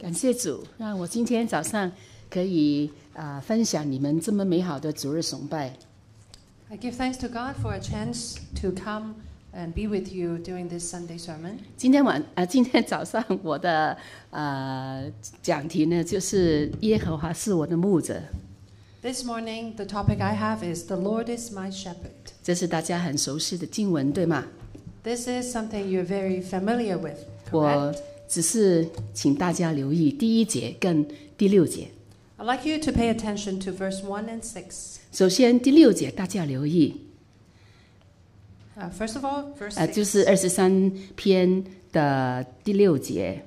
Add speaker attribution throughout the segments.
Speaker 1: 感谢主，让我今天早上可以啊、呃分享你们这么美好的主日崇拜。
Speaker 2: I give thanks to God for a chance to come and be with you during this Sunday sermon.
Speaker 1: 今天晚啊、呃今天早上我的呃讲题呢，就是耶和华是我的牧者，
Speaker 2: This morning, the topic I have is The Lord is My Shepherd.
Speaker 1: 这是大家很熟悉的经文，对吗？
Speaker 2: This is something you're very familiar with,
Speaker 1: 我
Speaker 2: correct?
Speaker 1: 只是请大家留意第一节跟第六节。
Speaker 2: I'd like you to pay attention to verse 1 and 6.
Speaker 1: 首先第六节大家留意，
Speaker 2: Uh, first of all, verse
Speaker 1: 呃，
Speaker 2: 6.
Speaker 1: 就是二十三篇的第六节，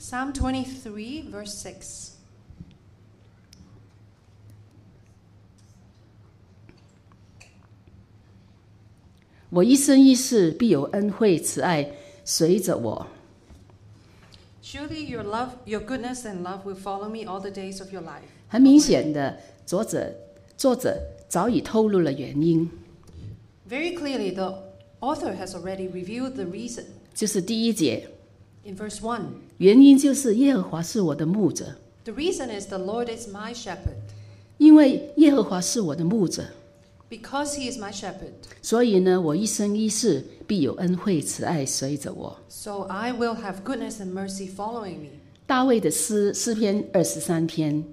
Speaker 2: Psalm 23, verse 6.
Speaker 1: 我一生一世必有恩惠慈爱随着我，
Speaker 2: Surely your love, your goodness and love will follow me all the days of your life.
Speaker 1: 很明显的，作者作者早已透露了原因，
Speaker 2: Very clearly, the author has already revealed the reason
Speaker 1: 就是第一节，
Speaker 2: in verse 1.
Speaker 1: 原因就是耶和华是我的牧者，
Speaker 2: The reason is the Lord is my shepherd.
Speaker 1: 因为耶和华是我的牧者，
Speaker 2: Because he is my shepherd,
Speaker 1: 所以呢，我一生一世必有恩惠慈爱随着我。
Speaker 2: so I will have goodness and mercy following me.
Speaker 1: 大卫的诗诗篇二十三篇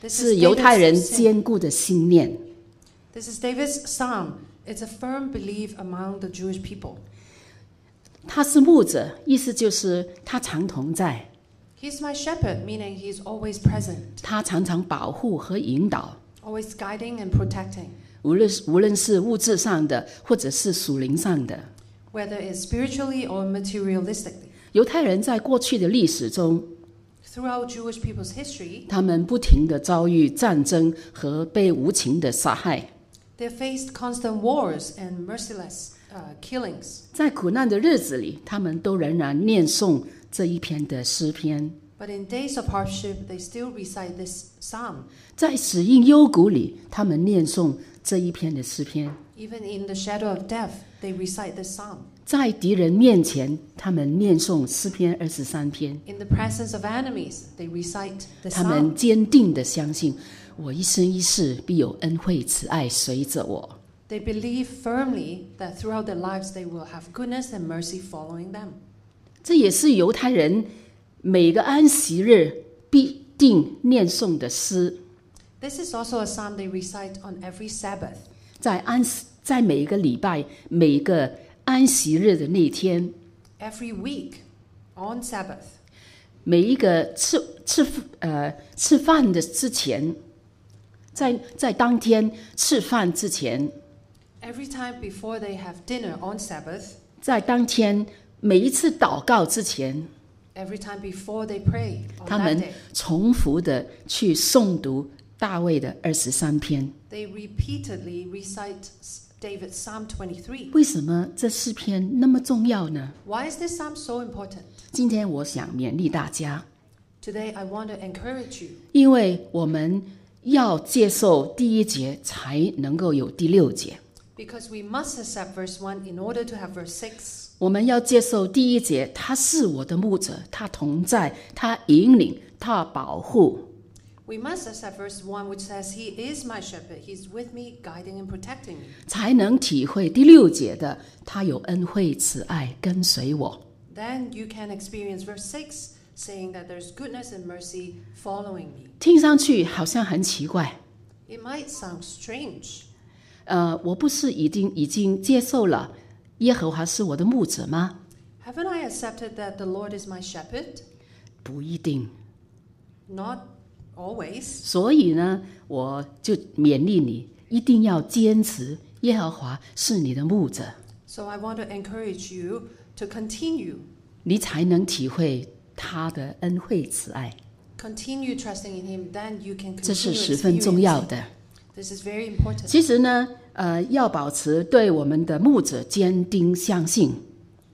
Speaker 2: This
Speaker 1: 是犹太人
Speaker 2: David's, sin-
Speaker 1: 坚固的信念，
Speaker 2: this is David's psalm. It's a firm belief among the Jewish people.
Speaker 1: 他是牧者，意思就是他常同在，
Speaker 2: He's my shepherd, meaning he's always present,
Speaker 1: 他常常保护和引导，
Speaker 2: always guiding and protecting,
Speaker 1: 无论是无论是物质上的或者是属灵上的。
Speaker 2: whether it's spiritually or materialistically.
Speaker 1: 犹太人在过去的历史中，
Speaker 2: Throughout Jewish people's history,
Speaker 1: 他们不停地遭遇战争和被无情的杀害，
Speaker 2: they faced constant wars and merciless uh, killings.
Speaker 1: 在苦难的日子里，他们都仍然念诵这一篇的诗篇，
Speaker 2: But in days of hardship, they still recite this psalm.
Speaker 1: 在死荫幽谷里，他们念诵这一篇的诗篇。
Speaker 2: Even in the shadow of death, they recite this psalm.
Speaker 1: 在敌人面前，他们念诵诗篇二十三篇，
Speaker 2: In the presence of enemies, they recite the
Speaker 1: 他们
Speaker 2: psalm.
Speaker 1: 坚定地相信，我一生一世必有恩惠慈爱随着我。
Speaker 2: They believe firmly that throughout their lives they will have goodness and mercy following them.
Speaker 1: 这也是犹太人每个安息日必定念诵的诗，
Speaker 2: This is also a psalm they recite on every Sabbath.
Speaker 1: 在安息在每一个礼拜每个安息日的那天，
Speaker 2: Every week, on Sabbath,
Speaker 1: 每一个吃吃呃吃饭的之前，在在当天吃饭之前，
Speaker 2: every time before they have dinner on Sabbath,
Speaker 1: 在当天每一次祷告之前，
Speaker 2: every time before they pray
Speaker 1: 他
Speaker 2: on
Speaker 1: 们
Speaker 2: that day,
Speaker 1: 重复的去诵读大卫的二十三篇。
Speaker 2: they repeatedly recite S- David's Psalm 23.
Speaker 1: 为什么这四篇那么重要呢？
Speaker 2: Why is this psalm so important?
Speaker 1: 今天我想勉励大家，
Speaker 2: Today, I want to encourage you
Speaker 1: 因为我们要接受第一节，才能够有第六节。
Speaker 2: because we must accept verse 1 in order to have verse 6.
Speaker 1: 我们要接受第一节，他是我的牧者，他同在，他引领，他保护。
Speaker 2: We must accept verse 1, which says, He is my shepherd. He's with me, guiding and protecting me.
Speaker 1: 才能体会第六节的他有恩惠慈爱跟随我。
Speaker 2: Then you can experience verse 6, saying that there's goodness and mercy following me.
Speaker 1: 听上去好像很奇怪，
Speaker 2: It might sound strange.
Speaker 1: 呃，我不是已经已经接受了耶和华是我的牧者吗？
Speaker 2: Haven't I accepted that the Lord is my shepherd?
Speaker 1: 不一定。
Speaker 2: Not always.
Speaker 1: 所以呢，我就勉励你，一定要坚持耶和华是你的牧者，
Speaker 2: So I want to encourage you to continue.
Speaker 1: 你才能体会他的恩惠慈爱，
Speaker 2: Continue trusting in Him, then you can
Speaker 1: 这
Speaker 2: continue.
Speaker 1: 是十分重要
Speaker 2: experience.
Speaker 1: 的。
Speaker 2: This is very important.
Speaker 1: 其实呢，呃，要保持对我们的牧者坚定相信，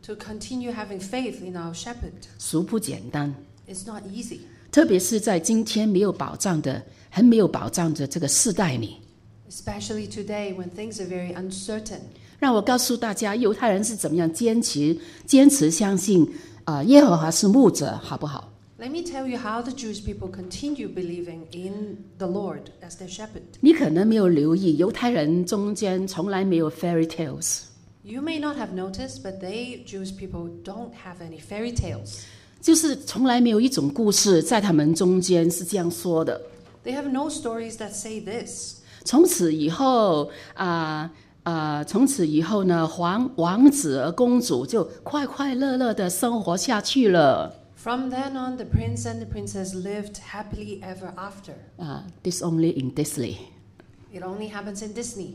Speaker 2: To continue having faith in our shepherd.
Speaker 1: 殊不简单。
Speaker 2: It's not easy.
Speaker 1: 特别是在今天没有保障的、很没有保障的这个世代里，
Speaker 2: especially today when things are very uncertain.
Speaker 1: 让我告诉大家，犹太人是怎么样坚持、坚持相信啊、呃耶和华是牧者，好不好？
Speaker 2: Let me tell you how the Jewish people continue believing in the Lord as their shepherd.
Speaker 1: 你可能没有留意，犹太人中间从来没有 fairy tales。
Speaker 2: You may not have noticed, but they, Jewish people, don't have any fairy tales.
Speaker 1: 就是从来没有一种故事在他们中间是这样说的。
Speaker 2: They have no stories that say this.
Speaker 1: 从此以后啊啊、从此以后呢，皇王子和公主就快快乐乐的生活下去了。
Speaker 2: From then on, the prince and the princess lived happily ever after.
Speaker 1: 啊、t h i s only in Disney，
Speaker 2: It only happens in Disney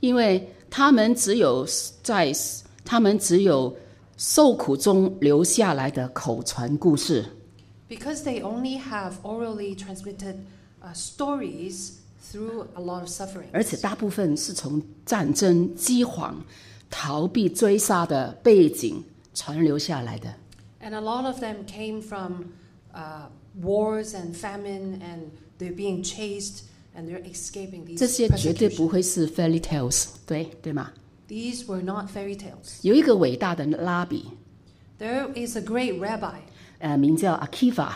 Speaker 1: 因为他们只有在他们只有受苦中留下来的口传故事。
Speaker 2: because they only have orally transmitted uh, stories through a lot of suffering.
Speaker 1: 而且大部分是从战争、饥荒、逃避追杀的背景传流下来的。
Speaker 2: And a lot of them came from uh, wars and famine, and they're being chased and they're escaping these
Speaker 1: 这些绝对
Speaker 2: persecutions.
Speaker 1: 不会是 fairy tales，对对吗？
Speaker 2: These were not fairy tales.
Speaker 1: 有一个伟大的拉比，
Speaker 2: There is a great rabbi.
Speaker 1: 呃，名叫 Akiva，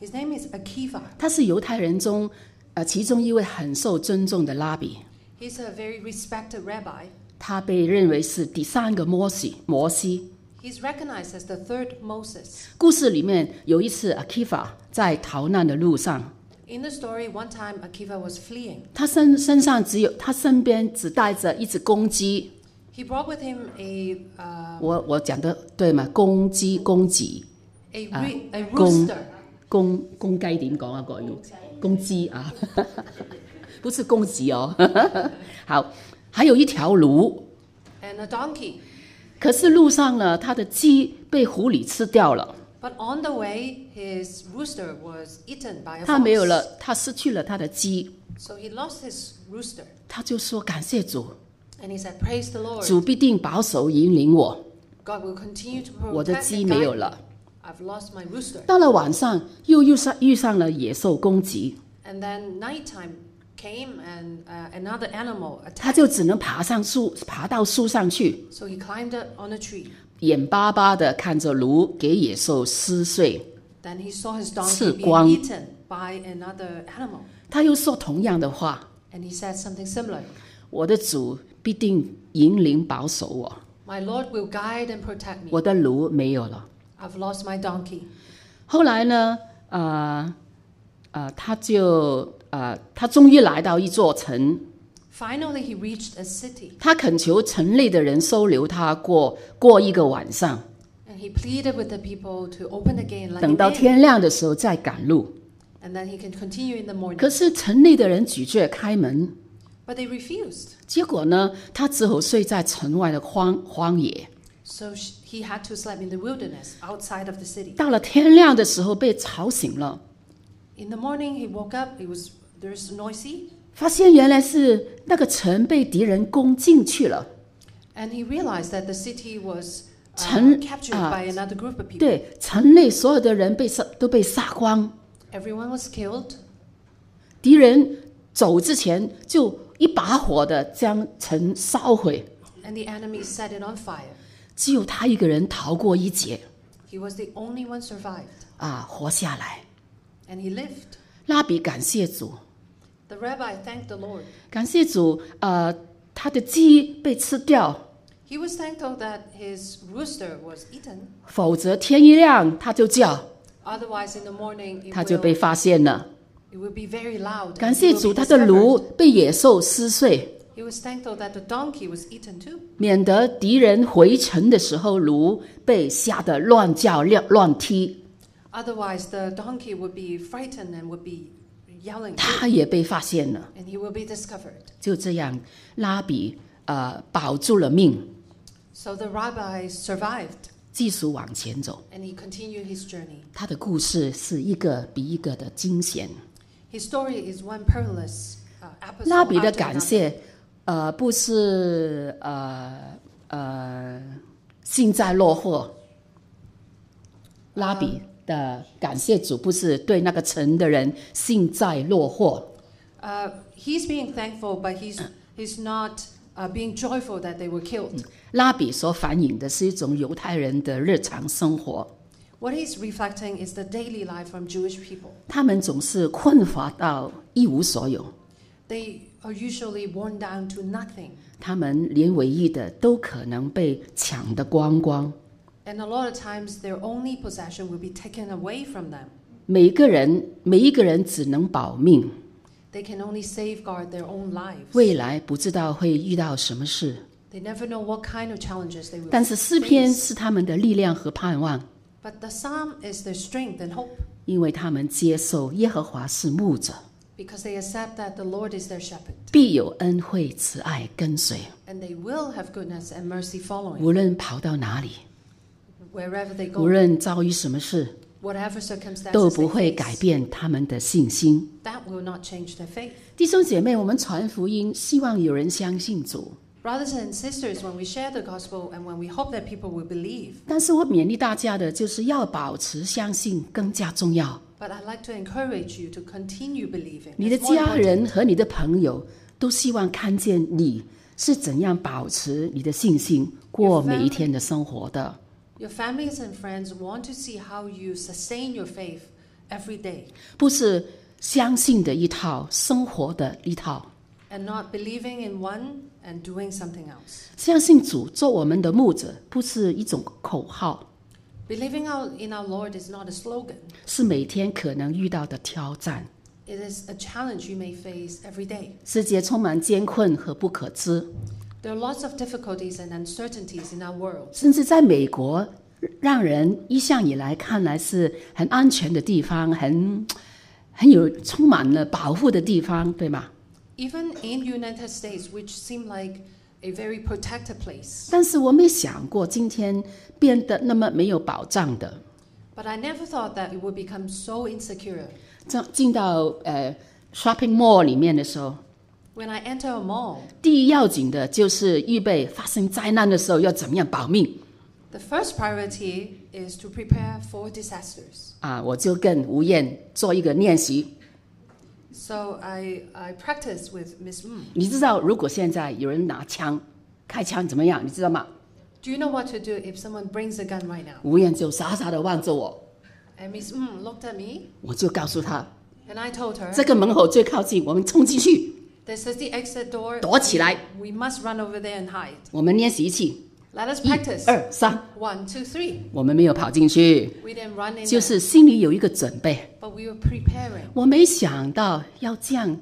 Speaker 2: His name is Akiva.
Speaker 1: 他是犹太人中，呃，其中一位很受尊重的拉比，
Speaker 2: He's a very respected rabbi.
Speaker 1: 他被认为是第三个摩西。摩西
Speaker 2: He's recognized as the third Moses.
Speaker 1: 故事里面有一次，Akiva 在逃难的路上，
Speaker 2: In the story, one time Akiva was fleeing.
Speaker 1: 他身身上只有他身边只带着一只公鸡，
Speaker 2: He brought with him a uh,
Speaker 1: 我我讲的对吗？公鸡公鸡
Speaker 2: a, re- a
Speaker 1: gong.
Speaker 2: rooster.
Speaker 1: 公公雞點講啊？國語公雞啊， 不是公雞哦。 好，还有一条鲈，
Speaker 2: and a donkey.
Speaker 1: 可是路上呢，他的鸡被狐狸吃掉了，
Speaker 2: But on the way, his rooster was eaten by a
Speaker 1: 他没有
Speaker 2: fox.
Speaker 1: 了，他失去了他的鸡，
Speaker 2: So he lost his rooster,
Speaker 1: 他就说感谢主，
Speaker 2: and he said, "Praise the Lord,
Speaker 1: 主必定保守引领我，
Speaker 2: God will continue to
Speaker 1: 我的
Speaker 2: protect
Speaker 1: 鸡
Speaker 2: and
Speaker 1: 没
Speaker 2: guide
Speaker 1: 有
Speaker 2: me.
Speaker 1: 了。
Speaker 2: I've lost my rooster."
Speaker 1: 到了晚上，又遇上遇上了野兽攻击，
Speaker 2: And then nighttime came, and uh, another animal
Speaker 1: 他
Speaker 2: attacked.
Speaker 1: 就只能爬上树，爬到树上去，
Speaker 2: So he climbed up on a tree.
Speaker 1: 眼巴巴地看着鲈给野兽撕碎。
Speaker 2: Then he saw his donkey
Speaker 1: 赤光。
Speaker 2: being eaten by another animal,
Speaker 1: 他又说同样的话。
Speaker 2: and he said something similar.
Speaker 1: 我的主必定引领保守我，
Speaker 2: My Lord will guide and protect me.
Speaker 1: 我的炉没有了。
Speaker 2: I've lost my donkey.
Speaker 1: 后来呢，呃，呃，他就呃，他终于来到一座城，
Speaker 2: Finally, he reached a city,
Speaker 1: 他恳求城内的人收留他过过一个晚上，
Speaker 2: and he pleaded with the people to open the gate and let
Speaker 1: 等
Speaker 2: him
Speaker 1: 到
Speaker 2: in,
Speaker 1: 天亮的时候再赶路。
Speaker 2: and then he can continue in the morning.
Speaker 1: 可是城内的人拒绝开门，
Speaker 2: But they refused.
Speaker 1: 结果呢，他只好睡在城外的荒荒野。
Speaker 2: So sh- he had to sleep in the wilderness outside of the city.
Speaker 1: 到了天亮的时候被吵醒了，
Speaker 2: In the morning, he woke up. It was there's noisy,
Speaker 1: 发现原来是那个城被敌人攻进去了。
Speaker 2: and he realized that the city was uh,
Speaker 1: 城-
Speaker 2: captured
Speaker 1: 啊，
Speaker 2: by another group of people.
Speaker 1: 对，城内所有的人被杀，都被杀光。
Speaker 2: Everyone was killed.
Speaker 1: 敌人走之前就一把火的将城烧毁，
Speaker 2: And the enemy set it on fire.
Speaker 1: 只有他一个人逃过一劫
Speaker 2: He was the only one survived,
Speaker 1: 啊，活下来。
Speaker 2: and he lived.
Speaker 1: 拉比感谢主，
Speaker 2: The rabbi thanked the Lord.
Speaker 1: 感谢主，呃，他的鸡被吃掉，
Speaker 2: He was thankful that his rooster was eaten.
Speaker 1: 否则天一亮他就叫，
Speaker 2: Otherwise, in the morning, it
Speaker 1: 他就
Speaker 2: will,
Speaker 1: 被发现了。
Speaker 2: it will be very loud. and
Speaker 1: 感
Speaker 2: he
Speaker 1: 谢
Speaker 2: will
Speaker 1: 主，
Speaker 2: be
Speaker 1: 他的炉
Speaker 2: discovered.
Speaker 1: 被野兽撕碎，
Speaker 2: He was thankful that the donkey was eaten too,
Speaker 1: 免得敌人回城的时候炉被吓得乱叫乱乱踢。
Speaker 2: Otherwise, the donkey would be frightened and would be yelling,
Speaker 1: 他也被发现了。
Speaker 2: and he will be discovered.
Speaker 1: 就这样，拉比呃保住了命，
Speaker 2: So the rabbi survived,
Speaker 1: 继续往前走。
Speaker 2: and he continued his journey.
Speaker 1: 他的故事是一个比一个的惊险。
Speaker 2: His story is one perilous uh, episode.
Speaker 1: 拉比的
Speaker 2: after
Speaker 1: 感
Speaker 2: another.
Speaker 1: 谢，呃，不是呃呃幸灾乐祸。拉比的感谢主不是对那个城的人幸灾乐祸，
Speaker 2: Uh, he's being thankful, but he's he's not uh, being joyful
Speaker 1: Mm.
Speaker 2: that they were killed.
Speaker 1: 拉比所反映的是一种犹太人的日常生活。
Speaker 2: What he's reflecting is the daily life from Jewish people.
Speaker 1: 他们总是困乏到一无所有，
Speaker 2: They are usually worn down to nothing,
Speaker 1: 他们连唯一的都可能被抢得光光。
Speaker 2: and a lot of times their only possession will be taken away from them.
Speaker 1: 每个人每一个人只能保命，
Speaker 2: They can only safeguard their own lives.
Speaker 1: 未来不知道会遇到什么事。
Speaker 2: They never know what kind of challenges they will
Speaker 1: 但是诗篇
Speaker 2: face.
Speaker 1: 是他们的力量和盼望，
Speaker 2: But the psalm is their strength and hope
Speaker 1: 因为他们接受耶和华是牧者，
Speaker 2: because they accept that the Lord is their shepherd
Speaker 1: 必有恩惠慈爱跟随，
Speaker 2: and they will have goodness and mercy following
Speaker 1: 无论跑到哪里，
Speaker 2: wherever they
Speaker 1: 无
Speaker 2: go,
Speaker 1: 论遭遇什么事，
Speaker 2: whatever
Speaker 1: 都
Speaker 2: circumstances
Speaker 1: 不
Speaker 2: they
Speaker 1: 会改
Speaker 2: face.
Speaker 1: 变他们的信心。
Speaker 2: That will not change their faith.
Speaker 1: 弟兄姐妹，我们传福音，希望有人相信主。
Speaker 2: Brothers and sisters, when we share the gospel and when we hope that people will believe,
Speaker 1: 但是我勉励大家的就是要保持相信更加重要。
Speaker 2: but I'd like to encourage you to continue believing.
Speaker 1: 你的
Speaker 2: It's more
Speaker 1: 家
Speaker 2: important.
Speaker 1: 人和你的朋友都希望看见你是怎样保持你的信心，过每一天的生活的。
Speaker 2: Your families and friends want to see how you sustain your faith every day
Speaker 1: 不是相信的一套，生活的一套。
Speaker 2: and not believing in one and doing something else.
Speaker 1: 相信主做我们的牧者，不是一种口号，
Speaker 2: Believing out in our Lord is not a slogan,
Speaker 1: 是每天可能遇到的挑战。
Speaker 2: it is a challenge you may face every day.
Speaker 1: 世界充满艰困和不可知，
Speaker 2: There are lots of difficulties and uncertainties in our world.
Speaker 1: 甚至在美国，让人一向以来看来是很安全的地方，很很有充满了保护的地方，对吗？
Speaker 2: Even in United States, which seem like a very protected place.
Speaker 1: 但是我没想过今天变得那么没有保障的。
Speaker 2: But I never thought that it would become so insecure.
Speaker 1: 进进到呃 shopping mall 里面的时候，
Speaker 2: When I enter a mall,
Speaker 1: 第一要紧的就是预备发生灾难的时候要怎么样保命
Speaker 2: the first priority is to prepare for disasters.
Speaker 1: 啊！我就跟吴燕做一个练习。
Speaker 2: So I, I practiced with Miss Mm. M.
Speaker 1: 你知道，如果现在有人拿枪开枪怎么样？你知道吗？
Speaker 2: Do you know what to do if someone brings a gun right now?
Speaker 1: 吴燕就傻傻的望着我，
Speaker 2: And Miss M looked at me
Speaker 1: 我就告诉他，
Speaker 2: and I told her,
Speaker 1: 这个门口最靠近，我们冲进去，
Speaker 2: this is the exit door.
Speaker 1: 躲起来。
Speaker 2: We must run over there and hide.
Speaker 1: 我们练习一起，
Speaker 2: Let us
Speaker 1: 一
Speaker 2: practice.
Speaker 1: 二三，
Speaker 2: One, two, three.
Speaker 1: 我们没有跑进去，
Speaker 2: We didn't run in,
Speaker 1: 就是心里有一个准备。
Speaker 2: there, but we were preparing.
Speaker 1: 我没想到要这样，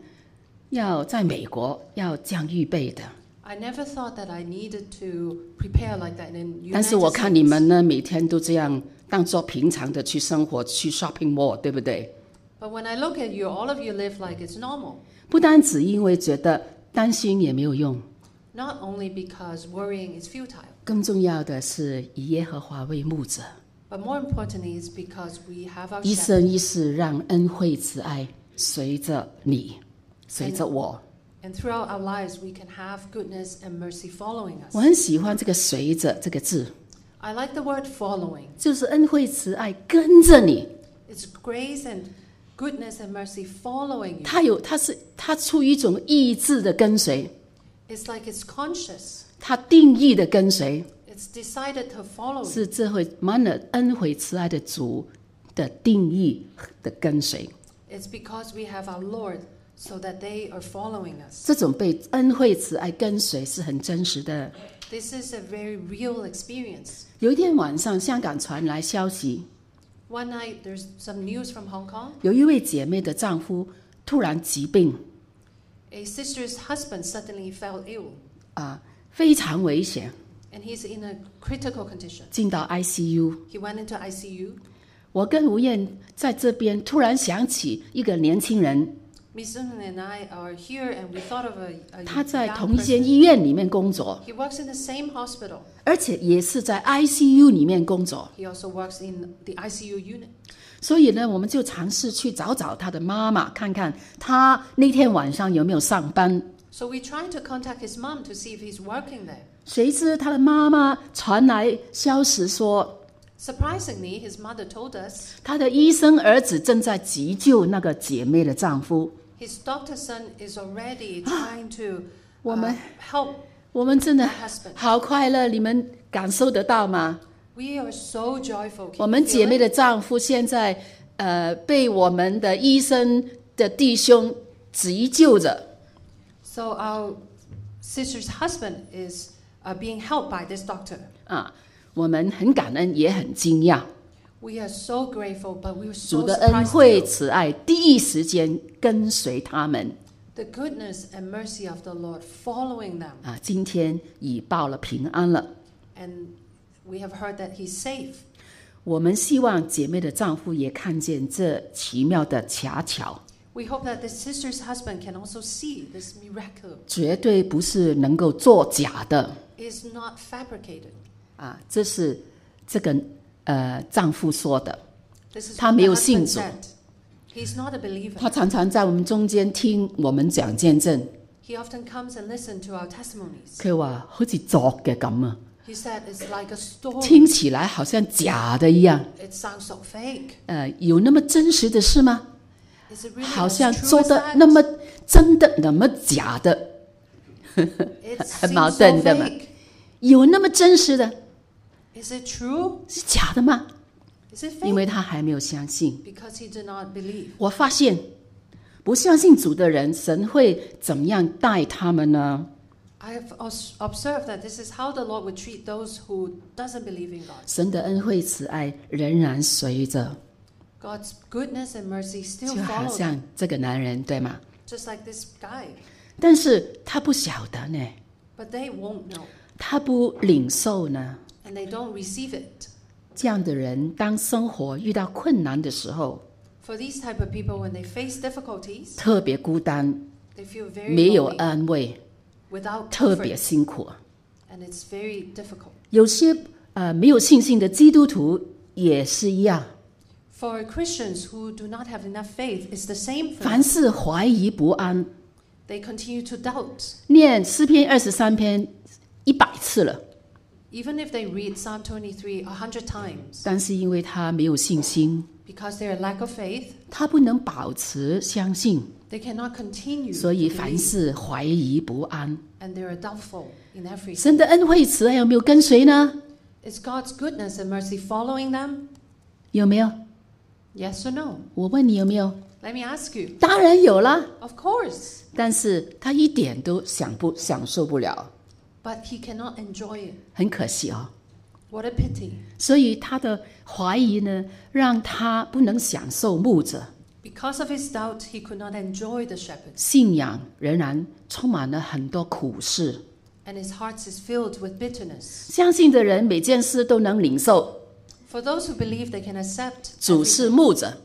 Speaker 1: 要在美国要这样预备的。
Speaker 2: I never thought that I needed to prepare like that in
Speaker 1: 但
Speaker 2: United
Speaker 1: 是我看你
Speaker 2: States.
Speaker 1: 们呢，每天都这样当做平常的去生活，去 shopping mall，对不对？
Speaker 2: But when I look at you, all of you live like it's normal.
Speaker 1: 不单只因为觉得担心也没有用，
Speaker 2: Not only because worrying is futile,
Speaker 1: 更重要的是以耶和华为牧者，
Speaker 2: but more importantly is because we have our
Speaker 1: 一
Speaker 2: shepherd.
Speaker 1: 生一世让恩惠慈爱随着你，随着我。
Speaker 2: And throughout our lives, we can have goodness and mercy following
Speaker 1: 我
Speaker 2: us.
Speaker 1: 很喜欢这个“随着”这个字，
Speaker 2: I like the word following.
Speaker 1: 就是恩惠慈爱跟着你，
Speaker 2: It's grace and goodness and mercy following you.
Speaker 1: 它有，它是它出于一种意志的跟随，
Speaker 2: It's like it's conscious.
Speaker 1: 它定义的跟随。
Speaker 2: It's decided to follow you.
Speaker 1: 是这会满了恩惠慈爱的主的定义的跟随，
Speaker 2: It's because we have our Lord so that they are following us.
Speaker 1: 这种被恩惠慈爱跟随是很真实的。
Speaker 2: This is a very real experience.
Speaker 1: 有一天晚上，香港传来消息，
Speaker 2: One night, there's some news from Hong Kong.
Speaker 1: 有一位姐妹的丈夫突然疾病
Speaker 2: A sister's husband suddenly fell ill,
Speaker 1: 啊、非常危险，
Speaker 2: and he's in a critical condition.
Speaker 1: 进到 ICU。
Speaker 2: He went into ICU.
Speaker 1: 我跟吴燕在这边突然想起一个年轻人，
Speaker 2: Ms. Sun and I are here, and we thought of a, a
Speaker 1: 他在
Speaker 2: young
Speaker 1: 同一间
Speaker 2: person.
Speaker 1: 医院里面工作，
Speaker 2: He works in the same hospital.
Speaker 1: 而且也是在 ICU 里面工作，
Speaker 2: He also works in the ICU unit.
Speaker 1: 所以呢，我们就尝试去找找他的妈妈，看看他那天晚上有没有上班。
Speaker 2: So we tried to contact his mom to see if he's working there.
Speaker 1: 谁知他的妈妈传来消息说，
Speaker 2: Surprisingly, his mother told us
Speaker 1: 他的医生儿子正在急救那个姐妹的丈夫。
Speaker 2: his doctor's son is already trying to uh,
Speaker 1: Woman.
Speaker 2: help
Speaker 1: 我们真
Speaker 2: her
Speaker 1: 的
Speaker 2: husband.
Speaker 1: 好快乐，你们感受得到吗？
Speaker 2: We are so joyful. Can
Speaker 1: 我
Speaker 2: you
Speaker 1: 们
Speaker 2: feel
Speaker 1: 姐妹
Speaker 2: it?
Speaker 1: 的丈夫现在呃被我们的医生的弟兄急救着，
Speaker 2: So our sister's husband is uh, being helped by this doctor.
Speaker 1: 啊，我们很感恩也很惊讶，
Speaker 2: We are so grateful, but we are
Speaker 1: 主
Speaker 2: so
Speaker 1: 的恩
Speaker 2: surprised.
Speaker 1: 惠
Speaker 2: too.
Speaker 1: 慈爱第一时间跟随他们
Speaker 2: The goodness and mercy of the Lord following them,
Speaker 1: 啊，今天已报了平安了。
Speaker 2: and we have heard that he's safe.
Speaker 1: 我们希望姐妹的丈夫也看见这奇妙的恰巧，
Speaker 2: We hope that the sister's husband can also see this miracle
Speaker 1: 绝对不是能够作假的
Speaker 2: is not fabricated.
Speaker 1: 啊！这是这个呃丈夫说的。
Speaker 2: This is
Speaker 1: 他
Speaker 2: what
Speaker 1: 没
Speaker 2: the
Speaker 1: 有
Speaker 2: husband
Speaker 1: 信主。
Speaker 2: said. He's not a believer.
Speaker 1: 他常常在我们中间听我們講見證，
Speaker 2: He often comes and listens to our testimonies.
Speaker 1: 佢話好似作嘅咁啊，
Speaker 2: He said it's like a story.
Speaker 1: 聽起來好像假的一樣。
Speaker 2: It sounds so fake.
Speaker 1: 呃，有那麼真實的事嗎？
Speaker 2: Is it really
Speaker 1: 好
Speaker 2: as
Speaker 1: 像
Speaker 2: true
Speaker 1: 做
Speaker 2: as
Speaker 1: 的
Speaker 2: that?
Speaker 1: 那麼真的，那麼假的，
Speaker 2: It
Speaker 1: 很
Speaker 2: seems
Speaker 1: 矛
Speaker 2: so
Speaker 1: 盾的嘛
Speaker 2: fake.
Speaker 1: 有那麼真實的
Speaker 2: Is it true?
Speaker 1: 是假的嗎？
Speaker 2: Is it
Speaker 1: 因
Speaker 2: fake?
Speaker 1: 為他還沒有相信。
Speaker 2: Because he did not believe.
Speaker 1: 我發現不相信主的人，神會怎麼樣待他們呢？
Speaker 2: I have os- observed that this is how the Lord would treat those who doesn't believe in God.
Speaker 1: 神的恩惠慈愛仍然隨着，
Speaker 2: God's goodness and mercy
Speaker 1: 就
Speaker 2: still
Speaker 1: 好
Speaker 2: follow them,
Speaker 1: 像這個男人對嗎？
Speaker 2: just like this guy.
Speaker 1: 但是他不曉得呢。
Speaker 2: But they won't know,
Speaker 1: 他不领受呢？
Speaker 2: and they don't receive it.
Speaker 1: 这样的人，当生活遇到困难的时候，
Speaker 2: For these type of people, when they face difficulties,
Speaker 1: 特别孤单，
Speaker 2: they feel very
Speaker 1: 没有
Speaker 2: lonely,
Speaker 1: 安慰，
Speaker 2: without
Speaker 1: 特别
Speaker 2: comfort,
Speaker 1: 辛苦。
Speaker 2: and it's very difficult.
Speaker 1: 有些呃没有信心的基督徒也是一样，
Speaker 2: For Christians who do not have enough faith, it's the same for them.
Speaker 1: 凡事怀疑不安，
Speaker 2: They continue to doubt.
Speaker 1: 念诗篇二十三篇一百次了，
Speaker 2: Even if they read Psalm 23 a hundred times,
Speaker 1: 但是因为他没有信心，
Speaker 2: because their lack of faith,
Speaker 1: 他不能保持相信，
Speaker 2: they cannot continue
Speaker 1: 所
Speaker 2: to
Speaker 1: 以
Speaker 2: believe,
Speaker 1: 凡事怀疑不安。
Speaker 2: and they are doubtful in everything.
Speaker 1: 神的恩惠慈爱有没有跟随呢？
Speaker 2: Is God's goodness and mercy following them?
Speaker 1: 有没有？
Speaker 2: Yes or no?
Speaker 1: 我问你有没有？
Speaker 2: Let me ask you.
Speaker 1: 当然有啦，
Speaker 2: Of course,
Speaker 1: 但是他一点都享不享受不了，
Speaker 2: but he cannot enjoy it.
Speaker 1: 很可惜哦。
Speaker 2: What a pity.
Speaker 1: 所以他的怀疑呢，让他不能享受牧者
Speaker 2: Because of his doubt, he could not enjoy the shepherd,
Speaker 1: 信仰，仍然充满了很多苦事。
Speaker 2: and his heart is filled with bitterness.
Speaker 1: 相信的人每件事都能领受，
Speaker 2: For those who believe they can accept
Speaker 1: 主
Speaker 2: everything.
Speaker 1: 是牧者，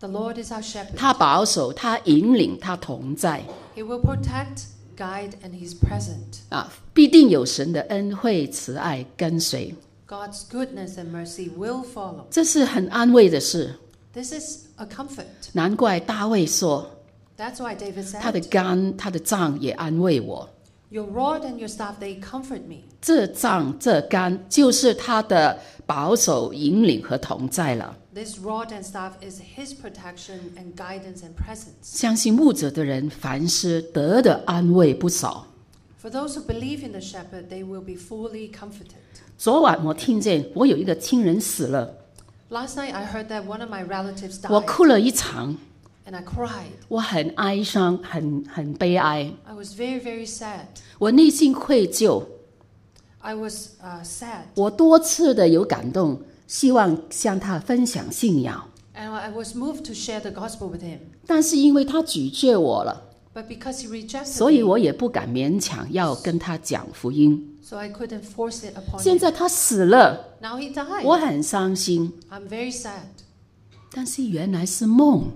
Speaker 2: the Lord is our shepherd.
Speaker 1: 他保守，他引领，他同在
Speaker 2: He will protect, guide, and he's present.
Speaker 1: 啊，必定有神的恩惠慈爱跟随，
Speaker 2: God's goodness and mercy will follow.
Speaker 1: 这是很安慰的事。
Speaker 2: This is a comfort.
Speaker 1: 难怪大卫说，
Speaker 2: That's why David
Speaker 1: 他的
Speaker 2: said,
Speaker 1: 肝、他的脏也安慰我。
Speaker 2: Your rod and your staff, they comfort me.
Speaker 1: 这杖这杆就是他的保守、引领和同在了。
Speaker 2: This rod and staff is his protection and guidance and presence.
Speaker 1: 相信牧者的人，凡事得的安慰不少。
Speaker 2: For those who believe in the shepherd, they will be fully comforted.
Speaker 1: 昨晚我听见我有一个亲人死了，
Speaker 2: Last night I heard that one of my relatives
Speaker 1: 我
Speaker 2: died
Speaker 1: 哭了一场，
Speaker 2: and I cried.
Speaker 1: 我很哀伤，很很悲哀，
Speaker 2: I was very, very sad.
Speaker 1: 我内心愧疚，
Speaker 2: I was uh, sad
Speaker 1: 我多次的有感动，希望向他分享信仰，
Speaker 2: and I was moved to share the gospel with him.
Speaker 1: 但是因为他拒绝我了，
Speaker 2: But because he rejected
Speaker 1: 所以
Speaker 2: me,
Speaker 1: 我也不敢勉强要跟他讲福音。
Speaker 2: so I couldn't force it upon
Speaker 1: 现
Speaker 2: him.
Speaker 1: 在他死了，
Speaker 2: Now he died.
Speaker 1: 我很伤心。
Speaker 2: I'm very sad.
Speaker 1: 但是原来是梦，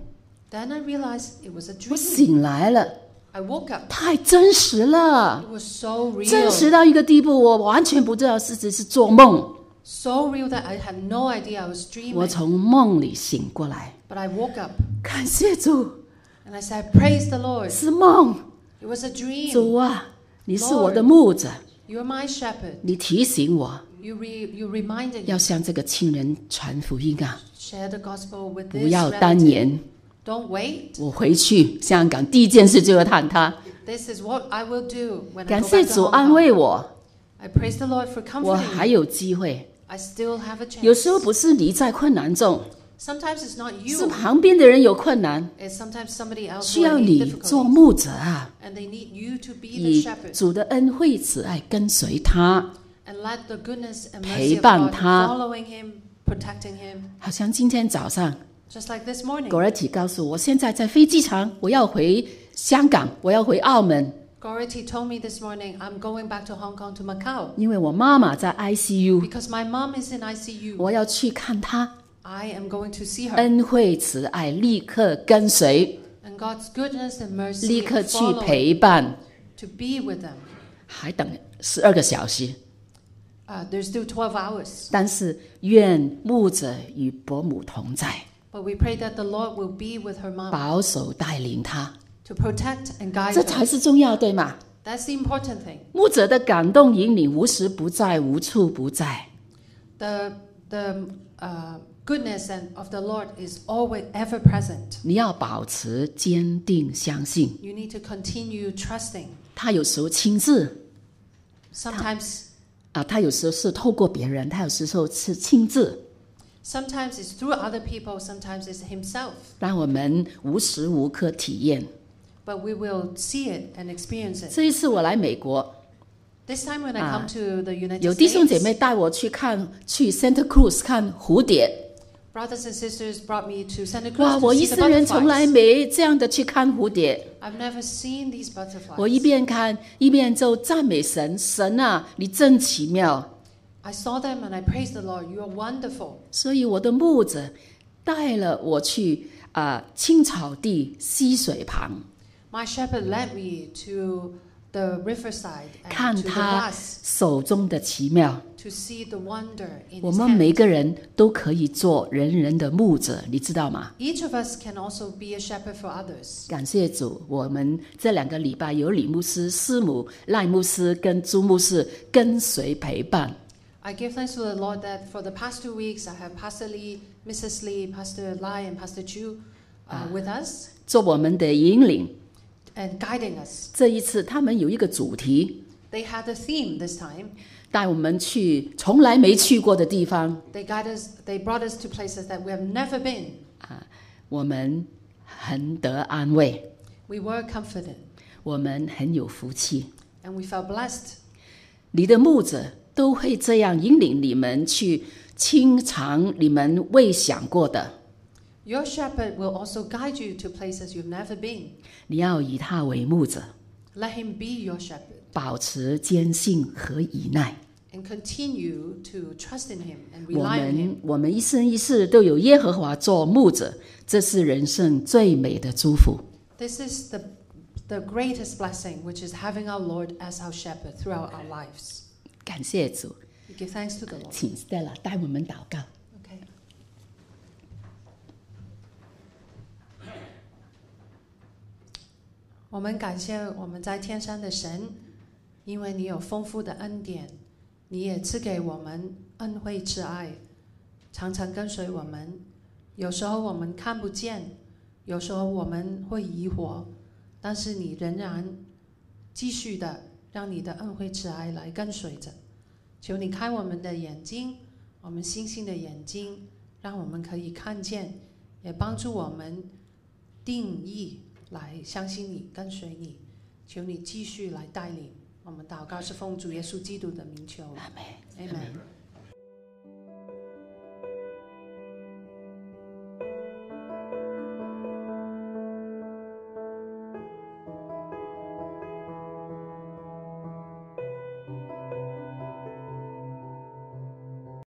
Speaker 2: Then I realized it was a
Speaker 1: 我
Speaker 2: dream.
Speaker 1: 醒来了，
Speaker 2: I woke up.
Speaker 1: 太真实了，
Speaker 2: It was so
Speaker 1: 真
Speaker 2: real.
Speaker 1: 实到一个地步，我完全不知道是只是做梦。
Speaker 2: So real that I had no idea I was
Speaker 1: 我
Speaker 2: dreaming.
Speaker 1: 从梦里醒过来，
Speaker 2: But I woke up
Speaker 1: 感谢主，
Speaker 2: and I said, Praise the Lord.
Speaker 1: 是梦。
Speaker 2: It was a dream.
Speaker 1: 主啊，你是我的牧者，
Speaker 2: You're my shepherd.
Speaker 1: 你提醒我
Speaker 2: You, re- you reminded me.
Speaker 1: 要向这个亲人传福音啊！
Speaker 2: Share the gospel with
Speaker 1: 不
Speaker 2: this
Speaker 1: 要单
Speaker 2: relative.
Speaker 1: 言。
Speaker 2: Don't wait.
Speaker 1: 我回去香港第一件事就要探他，
Speaker 2: This is what I will do when I
Speaker 1: 感
Speaker 2: go
Speaker 1: 谢
Speaker 2: back to
Speaker 1: 主
Speaker 2: Hong
Speaker 1: 安
Speaker 2: Kong.
Speaker 1: 慰我，
Speaker 2: I praise the Lord for
Speaker 1: 我
Speaker 2: comforting
Speaker 1: 还
Speaker 2: me.
Speaker 1: 有机会。
Speaker 2: I still have a
Speaker 1: 有时候
Speaker 2: chance.
Speaker 1: 不是你在困难中，
Speaker 2: Sometimes it's not
Speaker 1: 是
Speaker 2: you.
Speaker 1: 旁边的人有困难，
Speaker 2: It's sometimes somebody else
Speaker 1: 需
Speaker 2: who
Speaker 1: 要
Speaker 2: are
Speaker 1: 你
Speaker 2: in
Speaker 1: 做
Speaker 2: difficulty.
Speaker 1: 牧者啊，
Speaker 2: And they need you to be the
Speaker 1: 以
Speaker 2: shepherd.
Speaker 1: 主的恩惠慈爱跟随他。
Speaker 2: And let the goodness and
Speaker 1: 陪
Speaker 2: mercy of
Speaker 1: 伴
Speaker 2: God
Speaker 1: 他
Speaker 2: following him, protecting him.
Speaker 1: 好像今天早上
Speaker 2: Just like this morning,
Speaker 1: g o r e t i 告诉我，现在在飞机场，我要回香港，我要回澳门，
Speaker 2: Gority told me this morning, I'm going back to Hong Kong to Macau
Speaker 1: 因为我妈妈在 ICU，
Speaker 2: because my mom is in ICU.
Speaker 1: 我要去看她。
Speaker 2: I am going to see her.
Speaker 1: 恩惠慈爱立刻跟随，
Speaker 2: And God's goodness and
Speaker 1: 立
Speaker 2: mercy
Speaker 1: 刻去
Speaker 2: follow
Speaker 1: 陪伴，
Speaker 2: to be with them.
Speaker 1: 还等十二个小时。
Speaker 2: Uh, there's still 12 hours,
Speaker 1: 但是愿牧者与伯母同在，
Speaker 2: but we pray that the Lord will be with her mom
Speaker 1: 保守带领她，
Speaker 2: to protect and guide
Speaker 1: 这才
Speaker 2: her.
Speaker 1: 是重要，对吗？
Speaker 2: That's the important thing.
Speaker 1: 牧者的感动引领无时不在，无处不在。
Speaker 2: The the uh, goodness and of the Lord is always ever present.
Speaker 1: 你要保持坚定相信，
Speaker 2: You need to continue trusting.
Speaker 1: 他有时候亲自
Speaker 2: Sometimes,
Speaker 1: 啊，他有时候是透过别人，他有时候是亲自，
Speaker 2: sometimes it's through other people. Sometimes it's Himself.
Speaker 1: 让我们无时无刻体验。
Speaker 2: But we will see it and experience it.
Speaker 1: 这一次我来美国，
Speaker 2: This time when I
Speaker 1: Ah.
Speaker 2: come to the United
Speaker 1: 有弟兄姐妹
Speaker 2: States,
Speaker 1: 带我去看去 Santa Cruz 看蝴蝶，
Speaker 2: brothers and sisters brought me to Santa
Speaker 1: 哇！
Speaker 2: Cruz
Speaker 1: 我
Speaker 2: to
Speaker 1: 一
Speaker 2: see the
Speaker 1: 生人从来
Speaker 2: butterflies.
Speaker 1: 没这样的去看蝴蝶。
Speaker 2: I've never seen these
Speaker 1: 我一
Speaker 2: butterflies.
Speaker 1: 边看一边就赞美神，神啊，你真奇妙！
Speaker 2: I saw them and I praised the Lord. You are wonderful.
Speaker 1: 所以我的牧者带了我去啊、青草地溪水旁
Speaker 2: My shepherd led me to the riverside
Speaker 1: 看
Speaker 2: and to the
Speaker 1: 他
Speaker 2: grass
Speaker 1: 手中的奇妙。
Speaker 2: to see the wonder in
Speaker 1: 我
Speaker 2: his
Speaker 1: 们每
Speaker 2: hand.
Speaker 1: 个人都可以做人人的牧者，你知道吗？
Speaker 2: Each of us can also be a shepherd for others.
Speaker 1: 感谢主，我们这两个礼拜有李牧师、师母、赖牧师跟朱牧师跟随陪伴。
Speaker 2: I give thanks to the Lord that for the past two weeks I have Pastor Lee, Mrs. Lee, Pastor Lai, and Pastor Chu uh, with us
Speaker 1: 做我们的引领，
Speaker 2: and guiding us.
Speaker 1: 这一次他们有一个主题，
Speaker 2: They had a theme this time.
Speaker 1: 带我们去从来没去过的地方
Speaker 2: They guide us. They brought us to places that we have never been.
Speaker 1: 啊，我们很得安慰，
Speaker 2: We were confident
Speaker 1: 我们很有福气。
Speaker 2: and we felt blessed.
Speaker 1: 你的牧者都会这样引领你们去清偿你们未想过的，
Speaker 2: Your shepherd will also guide you to places you've never been.
Speaker 1: 你要以他为牧者，
Speaker 2: Let him be your shepherd
Speaker 1: 保持坚信和依赖。
Speaker 2: and continue to trust in him and
Speaker 1: 我
Speaker 2: rely on him.
Speaker 1: 们我们一生一世都有耶和华做牧者，这是人生最美的祝福。
Speaker 2: This is the the greatest blessing, which is having our Lord as our shepherd throughout our lives.
Speaker 1: 感谢主，
Speaker 2: We give thanks to the Lord.
Speaker 1: 请 Stella 带我们祷告。
Speaker 2: Okay.我们感谢我们在天上的神，因为你有丰富的恩典，你也赐给我们恩惠之爱，常常跟随我们。有时候我们看不见，有时候我们会疑惑，但是你仍然继续的让你的恩惠之爱来跟随着。求你开我们的眼睛，我们星星的眼睛，让我们可以看见，也帮助我们定义来相信你，跟随你。求你继续来带领我们祷告，是奉主耶稣基督的名求。
Speaker 1: 阿门。
Speaker 2: Amen。